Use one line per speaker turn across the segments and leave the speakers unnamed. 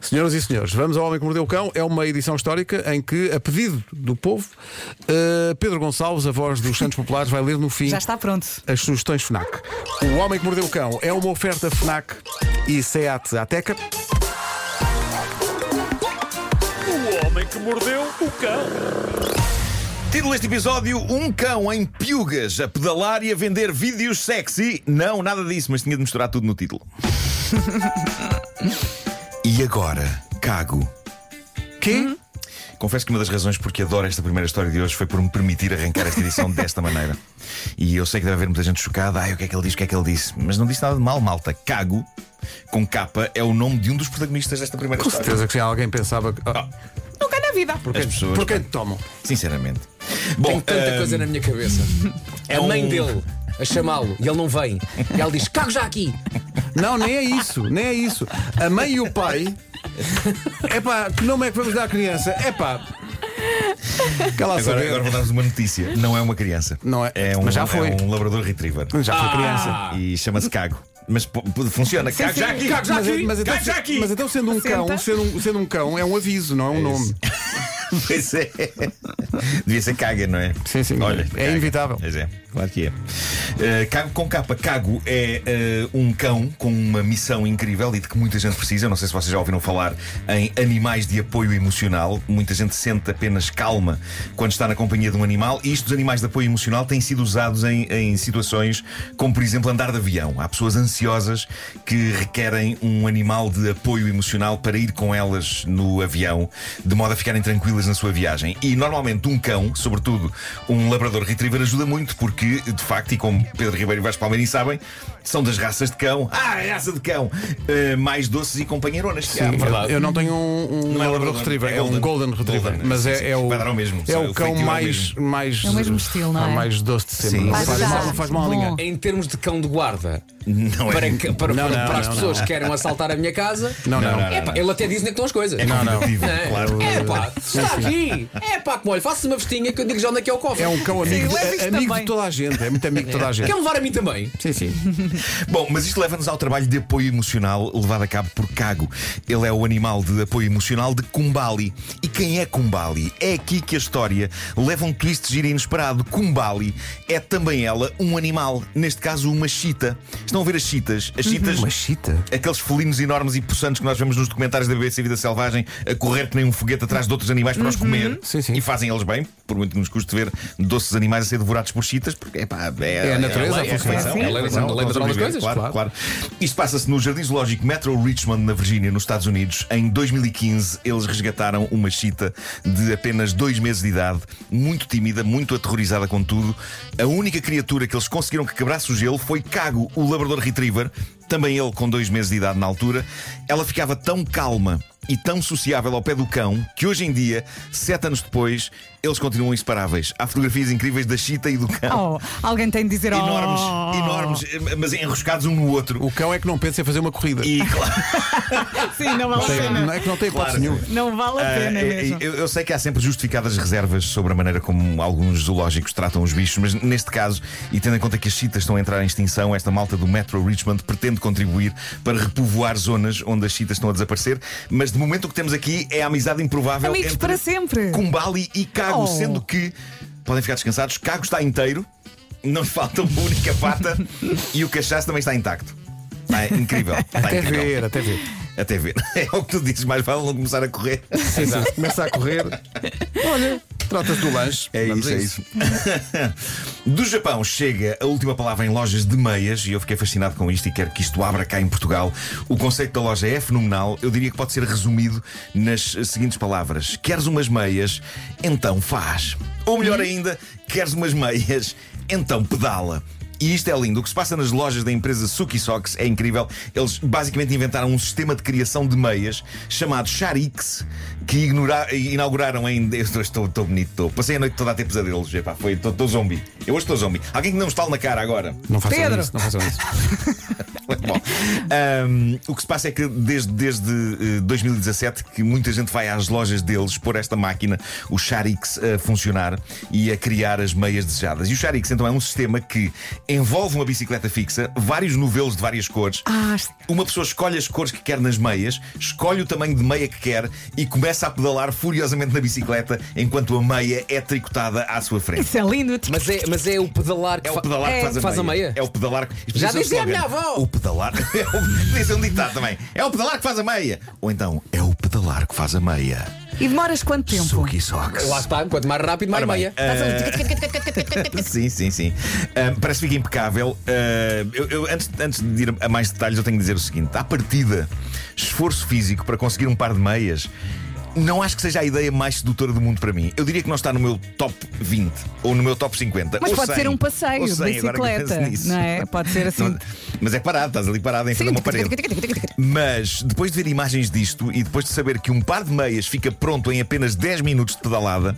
Senhoras e senhores, vamos ao Homem que Mordeu o Cão. É uma edição histórica em que, a pedido do povo, eh, Pedro Gonçalves, a voz dos Santos Populares, vai ler no fim
Já está pronto.
as sugestões FNAC. O Homem que Mordeu o Cão é uma oferta FNAC e SEAT Ateca.
O homem que mordeu o cão.
Título deste episódio: Um cão em piugas a pedalar e a vender vídeos sexy. Não, nada disso, mas tinha de misturar tudo no título. e agora, cago.
Que?
Uhum.
Confesso que uma das razões porque adoro esta primeira história de hoje foi por me permitir arrancar esta edição desta maneira. E eu sei que deve haver muita gente chocada. Ai, o que é que ele disse? O que é que ele disse? Mas não disse nada de mal, malta. Cago, com capa, é o nome de um dos protagonistas desta primeira
Com
história.
certeza que já alguém pensava. que- Ah,
Nunca na vida.
porquê,
As pessoas,
porquê
pá.
te tomam?
Sinceramente. Bom,
tanta
ah,
coisa na minha cabeça. É a
um-
mãe dele a chamá-lo e ele não vem. E ela diz: Cago já aqui!
Não, nem é isso, nem é isso. A mãe e o pai. Epá, que nome é que vamos dar à criança? Epá. Quer lá
Agora,
saber.
agora vou dar-vos uma notícia. Não é uma criança.
Não é-
um,
mas já foi. Ah.
É um labrador retriever.
Já foi criança.
E chama-se Cago. Mas po- po- funciona. Cago já aqui.
Mas, mas então,
Cago já aqui.
mas então sendo um
Senta.
cão, sendo um, sendo um cão é um aviso, não é um nome.
Pois é. Devia ser caga, não é?
Sim, sim.
Olha,
É
caga.
inevitável.
Pois é, claro que é. Eh, cago com capa. Cago é eh, um cão com uma missão incrível e de que muita gente precisa. Eu Não sei se vocês já ouviram falar em animais de apoio emocional. Muita gente sente apenas calma quando está na companhia de um animal. E isto dos animais de apoio emocional têm sido usados em, em situações como, por exemplo, andar de avião. Há pessoas ansiosas que requerem um animal de apoio emocional para ir com elas no avião, de modo a ficarem tranquilas na sua viagem. E normalmente um cão, sobretudo um labrador retriever, ajuda muito, porque de facto, e como Pedro Ribeiro e Vasco Palmeirim sabem, são das raças de cão, ah, raça de cão, eh, mais doces e companheironas que é há.
Eu não tenho um, um
Não é
labrador
labrador,
retriever,
é
é, um golden
golden.
retriever,
Golden,
mas
sim,
é, é
sim.
o
Vai dar ao mesmo,
é
só
o
o
cão
feitio é o
mais
mesmo.
mais
É o mesmo estilo, não é?
mais doce de sempre.
Sim,
não,
sim,
faz
sim.
mal, não faz mal a
Bom.
ninguém.
Em termos de cão de guarda,
Não é.
para, que- para,
Não,
para
não,
as
não,
pessoas
não.
que querem assaltar a minha casa,
Não, não.
Não, não,
Epá, ele até diz onde é que estão as coisas.
É convidativo,
É,
claro.
é pá, está aqui! É pá, como olha, faça uma vestinha que eu digo já onde é que é o cofre.
É um cão amigo,
Sim, leva
de,
isto
amigo de
também.
toda a gente, é muito amigo de toda a gente.
Quer levar a mim também?
Sim, sim.
Bom, mas isto leva-nos ao trabalho de apoio emocional levado a cabo por Cago. Ele é o animal de apoio emocional de Kumbali. E quem é Kumbali? É aqui que a história leva um twist giro e inesperado. Kumbali é também ela um animal, neste caso uma chita. Estão a ver as chitas? As chitas.
Uhum. Uma chita.
Aqueles felinos enormes e possantes que nós vemos nos documentários da BBC Vida Selvagem a correr que nem um foguete atrás de outros animais para os comer.
Uhum. Sim, sim.
E fazem eles bem, por muito que nos custe ver doces animais a ser devorados por chitas, porque epá, é,
É a natureza,
lei,
a função.
refeição, É
Sim.
lei,
Lei da-
refeição,
lei da-
nós
das coisas,
claro,
claro.
claro. Isto passa-se no Jardim Zoológico Metro Richmond, na Virgínia, nos Estados Unidos. Em 2015, eles resgataram uma chita de apenas dois meses de idade, muito tímida, muito aterrorizada com tudo. A única criatura que eles conseguiram que quebrasse o gelo foi Cago, o labrador retriever, também ele com dois meses de idade na altura. Ela ficava tão calma e tão sociável ao pé do cão que hoje em dia, sete anos depois, eles continuam inseparáveis. Há fotografias incríveis da chita e do cão.
Oh, alguém tem de dizer
Enormes,
oh.
enormes, mas enroscados um no outro.
O cão é que não pensa em fazer uma corrida.
E claro,
Sim, não vale a
Tem-
pena.
não é que não tem hipótese
Claro.
nenhuma.
Não vale a pena
eh,
mesmo.
eu, eu sei que há sempre justificadas reservas sobre a maneira como alguns zoológicos tratam os bichos, mas neste caso, e tendo em conta que as chitas estão a entrar em extinção, esta malta do Metro Richmond pretende contribuir para repovoar zonas onde as chitas estão a desaparecer. Mas de momento o que temos aqui é a amizade improvável
Amigos
entre
para sempre.
Kumbali e Cago,
Oh.
sendo que podem ficar descansados, Cago está inteiro, não lhe falta uma única pata e o cachaço também está intacto. Está incrível. Está
Até
incrível.
ver, até ver.
Até ver. É o que tu dizes, mais vale não começar a correr.
Sim, sim. Começa a correr. Olha, trata-se do lanche.
É
Vamos
isso,
a
é isso. Do Japão chega a última palavra em lojas de meias e eu fiquei fascinado com isto e quero que isto abra cá em Portugal. O conceito da loja é fenomenal. Eu diria que pode ser resumido nas eh, seguintes palavras: Queres umas meias? Então faz. Ou melhor
Hum?
ainda, queres umas meias? Então pedala. E isto é lindo. O que se passa nas lojas da empresa Suki Socks é incrível. Eles basicamente inventaram um sistema de criação de meias chamado Charix, que ignora- inauguraram em. Eu estou, estou, estou bonito, estou. Passei a noite toda a ter pesadelos. Epá, foi, estou, estou zombi. Eu hoje estou zombi. Alguém que não me estale na cara agora.
Não façam
Pedro.
isso, não façam isso.
Bom, ahm, o que se passa é que desde, desde eh, 2017 que muita gente vai às lojas deles pôr esta máquina, o Charix, a funcionar e a criar as meias desejadas. E o Charix então é um sistema que envolve uma bicicleta fixa, vários novelos de várias cores.
Ah,
Uma pessoa escolhe as cores que quer nas meias, escolhe o tamanho de meia que quer e começa a pedalar furiosamente na bicicleta enquanto a meia é tricotada à sua frente.
isso é lindo.
Mas é, mas é o pedalar que
É o
fa-
pedalar que
é,
faz, a,
faz
meia.
meia.
É o pedalar que. Isto
Já
podia ser um
dizia a minha
slogan.
avó.
O pedalar. É o... Podia ser um ditado também. É o pedalar que faz a meia. Ou então, é o pedalar que faz a meia.
E demoras quanto tempo?
Suki Socks.
Lá está, quanto mais rápido, mais
Ora bem,
meia.
ah, Sim, sim, sim. Ah, parece que fica impecável. Ah, eu- eu, antes, antes de ir a mais detalhes, eu tenho que dizer o seguinte: à partida, esforço físico para conseguir um par de meias. Não acho que seja a ideia mais sedutora do mundo para mim. Eu diria que não está no meu top 20 ou no meu top 50.
Mas
ou
pode
100,
ser um passeio
ou
de
100, agora que
bicicleta,
penso nisso.
não é? Pode ser assim.
Não- mas é parado, estás ali parado em frente a uma parede. Mas depois de ver imagens disto e depois de saber que um par de meias fica pronto em apenas 10 minutos de pedalada,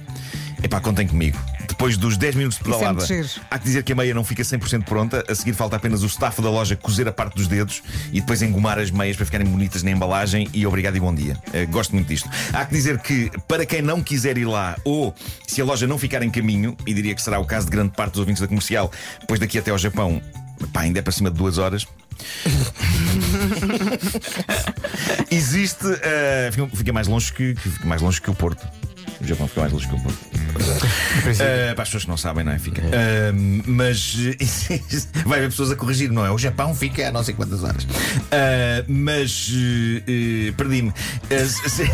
epá, contem comigo. Depois dos 10 minutos de
Isso é muito
pedalada,
giro.
há que dizer que a meia não fica 100% pronta. A seguir falta apenas o staff da loja cozer a parte dos dedos e depois engomar as meias para ficarem bonitas na embalagem. E obrigado e bom dia. Eh, gosto muito disto. Há que dizer que, para quem não quiser ir lá ou se a loja não ficar em caminho, e diria que será o caso de grande parte dos ouvintes da comercial, pois daqui até ao Japão, pá, ainda é para cima de duas horas. Existe. eh, fica, fica mais longe que, que- fica mais longe que o Porto. O Japão fica mais longe que o Porto. Eh, para as pessoas que não sabem, não é? Fica. Eh, mas eh, vai haver pessoas a corrigir, não é? O Japão fica a não sei quantas horas. Eh, mas eh, eh, perdi-me. Eh, se- se-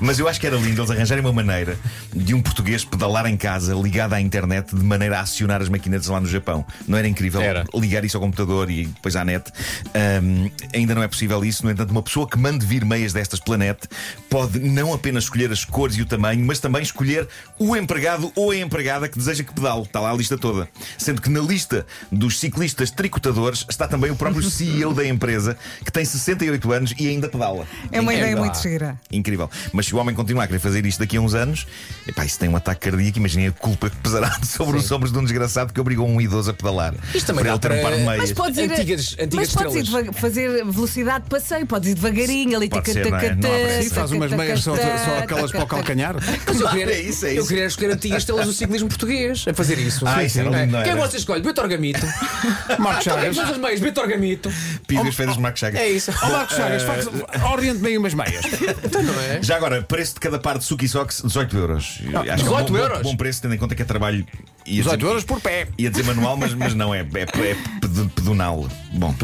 mas eu acho que era lindo eles arranjarem uma maneira de um português pedalar em casa ligado à internet de maneira a acionar as maquinetas lá no Japão. Não era incrível
Era.
ligar isso ao computador e depois à net? Ahm, ainda não é possível isso. No entanto, uma pessoa que mande vir meias destas planeta pode não apenas escolher as cores e o tamanho, mas também escolher o empregado ou a empregada que deseja que pedale. Está lá a lista toda. Sendo que na lista dos ciclistas tricotadores está também o próprio CEO da empresa que tem 68 anos e ainda pedala.
É uma ideia
Incrível.
muito gira.
Incrível. Mas se o homem continuar a querer fazer isto daqui a uns anos, epá, isso tem um ataque cardíaco. Imaginem a culpa que pesará sobre os ombros de um desgraçado que obrigou um idoso a pedalar.
Isto também
para
dá
ele ter um
para-
par de meias.
Mas podes ir,
Antigas- antigas
mas podes ir
estrelas.
deva- fazer velocidade de passeio, podes ir devagarinho ali.
Pode
taca,
ser, não é?
taca,
Não há
taca,
pressa.
E faz
taca,
umas
taca,
meias só,
taca,
só aquelas para
taca,
o calcanhar.
Mas eu queria,
É isso, é
eu
isso.
queria escolher antigas telas do ciclismo português a fazer isso. É.
Ah, isso era lindo, não
Quem
era?
você escolhe? Beto Gamito.
Marcos Chagas.
Todas as meias, Beto Gamito.
Pires fez os Marcos Chagas.
É isso.
Ó Marcos
eh,
Chagas, um- faz- oriente-me aí umas meias.
Então não é?
Já agora, preço de cada par de Suki Socks, 18 euros. Acho que é um
18
bom, bom-
euros?
Bom preço, tendo em conta que é trabalho. Ia
18
dizer-
euros por pé.
Ia dizer manual, mas, mas não, é, é, é ped- pedonal. Bom,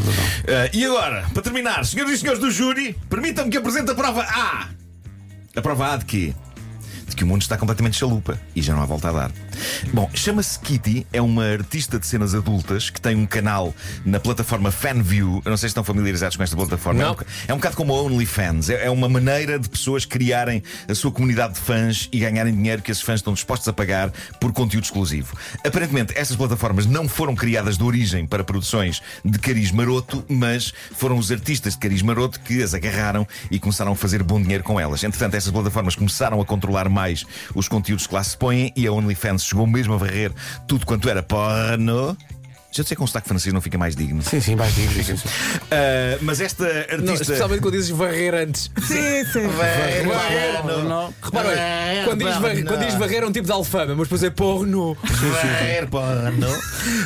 Eh, e agora, para terminar, senhoras e senhores do júri, permitam-me que apresente a prova A. A prova A de quê? De que o mundo está completamente chalupa e já não há volta a dar. Bom, chama-se Kitty, é uma artista de cenas adultas que tem um canal na plataforma FanView. Eu não sei se estão familiarizados com esta plataforma.
Não.
É um boca- É um bocado como a OnlyFans. É é uma maneira de pessoas criarem a sua comunidade de fãs e ganharem dinheiro que esses fãs estão dispostos a pagar por conteúdo exclusivo. Aparentemente, estas plataformas não foram criadas de origem para produções de cariz maroto, mas foram os artistas de cariz maroto que as agarraram e começaram a fazer bom dinheiro com elas. Entretanto, estas plataformas começaram a controlar mais os conteúdos que lá se põem e a OnlyFans chegou mesmo a varrer tudo quanto era porno. Já sei que um sotaque francês não fica mais digno.
Sim, sim, vai digo.
Ah, mas esta artista.
Não, especialmente quando dizes varrer antes.
Sim, sim.
Varrer,
não.
Repara, olha, quando diz, varrer, quando diz varrer é um tipo de alfama, mas depois é porno.
Ver, porra, não.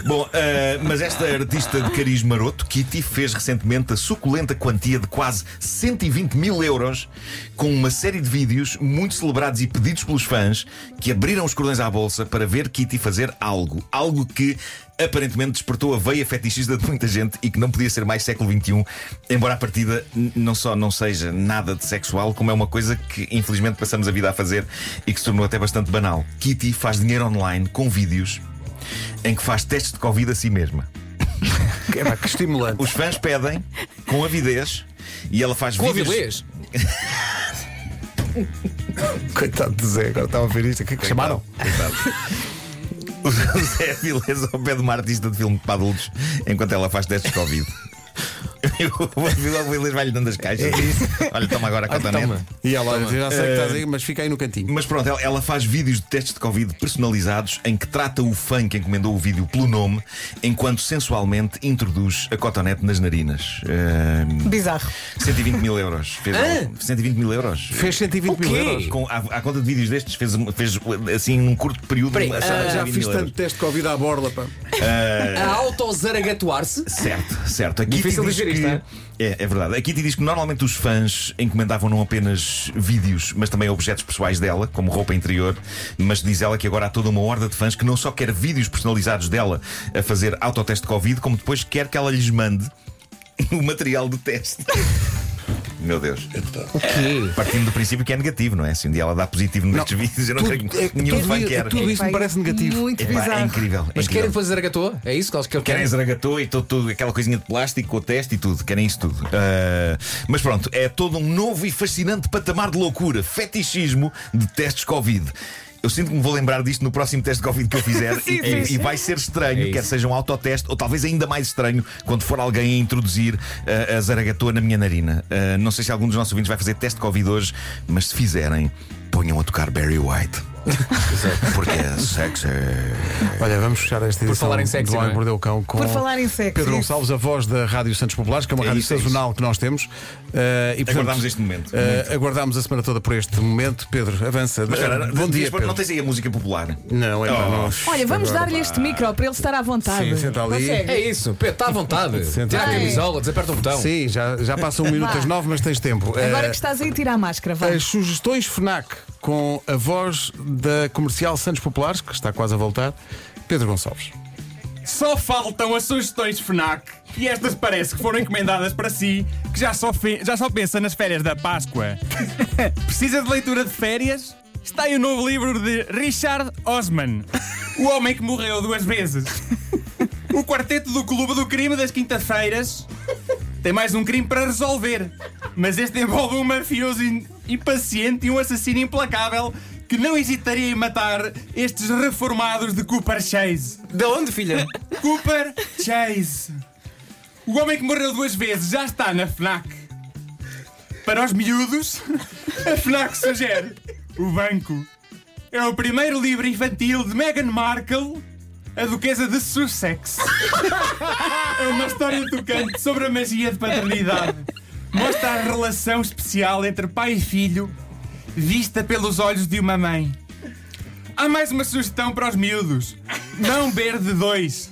Bom, eh, mas esta artista de cariz maroto, Kitty, fez recentemente a suculenta quantia de quase 120 mil euros com uma série de vídeos muito celebrados e pedidos pelos fãs que abriram os cordões à bolsa para ver Kitty fazer algo. Algo que aparentemente despertou a veia fetichista de muita gente e que não podia ser mais século XXI, embora a partida n- não só não seja nada de sexual, como é uma coisa que infelizmente passamos a vida a fazer e que se tornou até bastante banal. Kitty faz dinheiro online com vídeos em que faz testes de Covid a si mesma.
É, pá, que estimulante.
Os fãs pedem com avidez e ela faz
Com a
vídeos.
vilez.
Coitado de Zé, agora estava a ver isto. Que, que
chamaram?
Coitado. O Zé Vilés ao pé de uma artista de filme para adultos enquanto ela faz testes de Covid. E o Willis vai-lhe dando as caixas. Olha, toma agora a cotonete.
Então, E ela olha, já sei que estás aí, mas fica aí no cantinho.
Mas pronto, ela, ela faz vídeos de testes de Covid personalizados em que trata o fã que encomendou o vídeo pelo nome, enquanto sensualmente introduz a cotonete nas narinas. Ehm, Ahm,
Bizarro.
120 mil euros. Fez,
Hã?
120 mil euros.
Fez 120 mil
quê?
euros.
Com, à, à conta de vídeos destes, fez, um- fez assim num curto período.
Peraí,
uma-
ah,
Já
120 mil
fiz
euros.
tanto teste de Covid à borla, pá.
eh,
A auto-zaragatuar-se.
Certo, certo. Aqui
Difícil
diz que...
de gerir isto,
é, é verdade. Aqui te diz que normalmente os fãs encomendavam não apenas vídeos, mas também objetos pessoais dela, como roupa interior. Mas diz ela que agora há toda uma horda de fãs que não só quer vídeos personalizados dela a fazer autoteste de Covid, como depois quer que ela lhes mande o material do teste. Meu Deus.
O quê?
Partindo do princípio que é negativo, não é? Se um dia ela dá positivo nestes vídeos, eu não quero
Tudo-
que
é-
nenhum
tudo-
fã quer.
Tudo isto me
Vai,
parece negativo.
Muito
Epá, é
bizarro.
incrível. é
Mas
incrível.
querem fazer zaragatua? É isso que eles que eles
Querem
querem?
zaragatô e tudo, tudo, aquela coisinha de plástico, o teste e tudo, querem isso tudo. Ah, mas pronto, é todo um novo e fascinante patamar de loucura, fetichismo de testes Covid. Eu sinto que me vou lembrar disto no próximo teste de Covid que eu fizer
Sim,
e,
sim.
e vai ser estranho,
isso.
quer seja um autoteste ou talvez ainda mais estranho quando for alguém a introduzir ah, a zaragatua na minha narina. Ah, não sei se algum dos nossos ouvintes vai fazer teste de Covid hoje, mas se fizerem, ponham a tocar Barry White. Porque é sexy.
Olha, vamos fechar esta edição
falar em sexy,
do Homem que
não é?
Mordeu o Cão com
Por falar em sexo,
Pedro
isso.
Gonçalves, a voz da Rádio Santos Populares, que é uma
É
rádio
isso, é
sazonal que nós temos. Eh, e, portanto,
Aguardámos este momento.
eh, aguardámos a semana toda por este momento. Pedro, avança.
Mas, cara,
Eh, Bom dia,
dias, Não
Pedro.
tens aí a música popular?
Não, é
Oh.
não.
Olha, vamos dar-lhe este micro para ele estar à vontade.
Sim, senta ali.
Consegue?
É isso, Pedro, está à vontade.
Senta
Tira a
aí.
camisola, desaperta o botão.
Sim, já, já passam um minuto
um. Vá.
às nove, mas tens tempo. Eh,
Agora que estás aí, tira a máscara, vai.
As sugestões FNAC com a voz da comercial Santos Populares, que está quase a voltar, Pedro Gonçalves.
Só faltam as sugestões FNAC e estas parece que foram encomendadas para si, que já só, fe- já só pensa nas férias da Páscoa. Precisa de leitura de férias? Está aí o novo livro de Richard Osman, o homem que morreu duas vezes. O quarteto do Clube do Crime das quinta-feiras tem mais um crime para resolver, mas este envolve um mafioso in- impaciente e um assassino implacável que não hesitaria em matar estes reformados de Cooper Chase.
De onde, filha?
Cooper Chase. O homem que morreu duas vezes já está na FNAC. Para os miúdos, a FNAC sugere O Banco. É o primeiro livro infantil de Meghan Markle, a Duquesa de Sussex. É uma história tocante sobre a magia de paternidade. Mostra a relação especial entre pai e filho, vista pelos olhos de uma mãe. Há mais uma sugestão para os miúdos. Não Verde 2.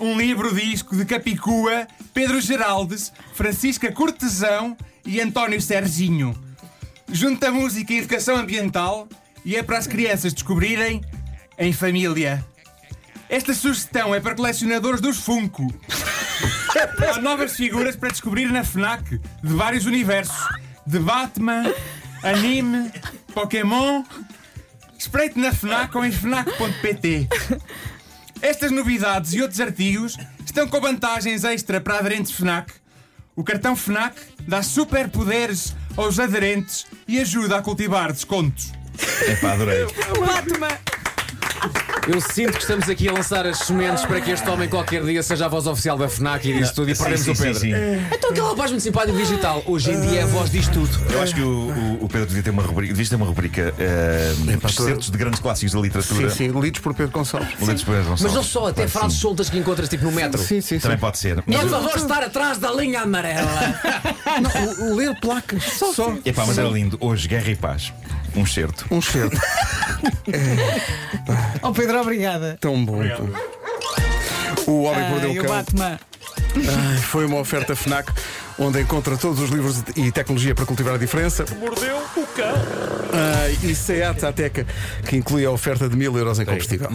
Um livro disco de Capicua, Pedro Geraldes, Francisca Cortesão e António Serginho. Junta música e educação ambiental e é para as crianças descobrirem em família. Esta sugestão é para colecionadores dos Funko. Há novas figuras para descobrir na FNAC de vários universos. De Batman, anime, Pokémon... Espreite na FNAC ou em FNAC.pt. Estas novidades e outros artigos estão com vantagens extra para aderentes FNAC. O cartão FNAC dá superpoderes aos aderentes e ajuda a cultivar descontos.
Epá, adorei.
Fátima,
Eu sinto que estamos aqui a lançar as sementes para que este homem qualquer dia seja a voz oficial da FNAC e disso tudo e
Sim,
perdemos
sim,
o
sim,
Pedro.
sim.
Então aquele rapaz muito simpático digital, hoje em dia é a voz diz tudo.
Eu acho que o, o- o Pedro devia ter uma rubrica, devia ter uma rubrica eh,
Epá, tô-
certos de grandes clássicos da
Sim,
literatura.
sim, lidos por Pedro Gonçalves.
Letes Pereira Gonçalves.
Mas não só,
Claro
até
que sim.
frases soltas que encontras tipo no metro.
Sim, sim, sim.
Também pode ser.
É
Mas,
a favor de estar atrás da linha amarela.
Não, ler placas. Só,
epá, mas era lindo. Hoje, Guerra e Paz. Um certo.
um cheiro.
Oh, Pedro, obrigada.
Tão bom. O Homem que Mordeu
Ai,
o
o
Cão
Batman.
ai, foi uma oferta FNAC onde encontra todos os livros e tecnologia para cultivar a diferença. Ah,
Mordeu o cão.
Ai, e SEAT Ateca, que inclui a oferta de mil euros em combustível.